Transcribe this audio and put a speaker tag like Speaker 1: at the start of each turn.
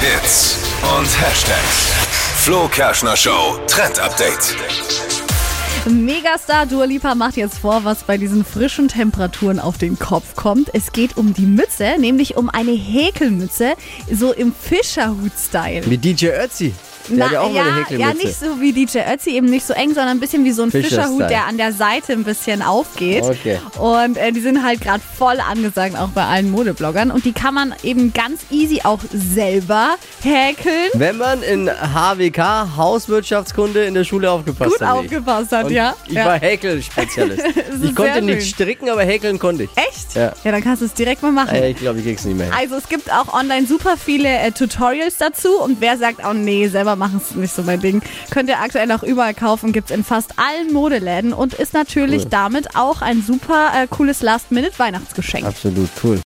Speaker 1: Hits und Hashtags. Flo Kerschner Show Trend Update.
Speaker 2: Megastar Dua Lipa macht jetzt vor, was bei diesen frischen Temperaturen auf den Kopf kommt. Es geht um die Mütze, nämlich um eine Häkelmütze, so im Fischerhut-Style.
Speaker 3: Wie DJ Ötzi. Der hat ja auch mal eine
Speaker 2: ja,
Speaker 3: Häkelmütze.
Speaker 2: nicht so wie DJ Ötzi, eben nicht so eng, sondern ein bisschen wie so ein
Speaker 3: Fischer-Style.
Speaker 2: Fischerhut, der an der Seite ein bisschen aufgeht.
Speaker 3: Okay.
Speaker 2: Und äh, die sind halt gerade voll angesagt, auch bei allen Modebloggern. Und die kann man eben ganz easy auch selber häkeln.
Speaker 3: Wenn man in HWK, Hauswirtschaftskunde, in der Schule aufgepasst
Speaker 2: Gut
Speaker 3: hat. nicht.
Speaker 2: aufgepasst hat,
Speaker 3: Und
Speaker 2: ja.
Speaker 3: Ich
Speaker 2: ja.
Speaker 3: war Häkelspezialist.
Speaker 2: ist
Speaker 3: ich konnte
Speaker 2: sehr
Speaker 3: nicht
Speaker 2: schön. Äh.
Speaker 3: stricken, aber häkeln konnte ich.
Speaker 2: Echt?
Speaker 3: Ja.
Speaker 2: dann kannst du es direkt mal machen.
Speaker 3: Äh, Ich glaube, ich krieg's nicht mehr hin.
Speaker 2: Also es gibt auch online super viele äh, Tutorials dazu und wer sagt, oh nee, selber machen ist nicht so mein Ding, könnt ihr aktuell auch überall kaufen, gibt's in fast allen Modeläden und ist natürlich damit auch ein super äh, cooles Last-Minute-Weihnachtsgeschenk.
Speaker 3: Absolut cool.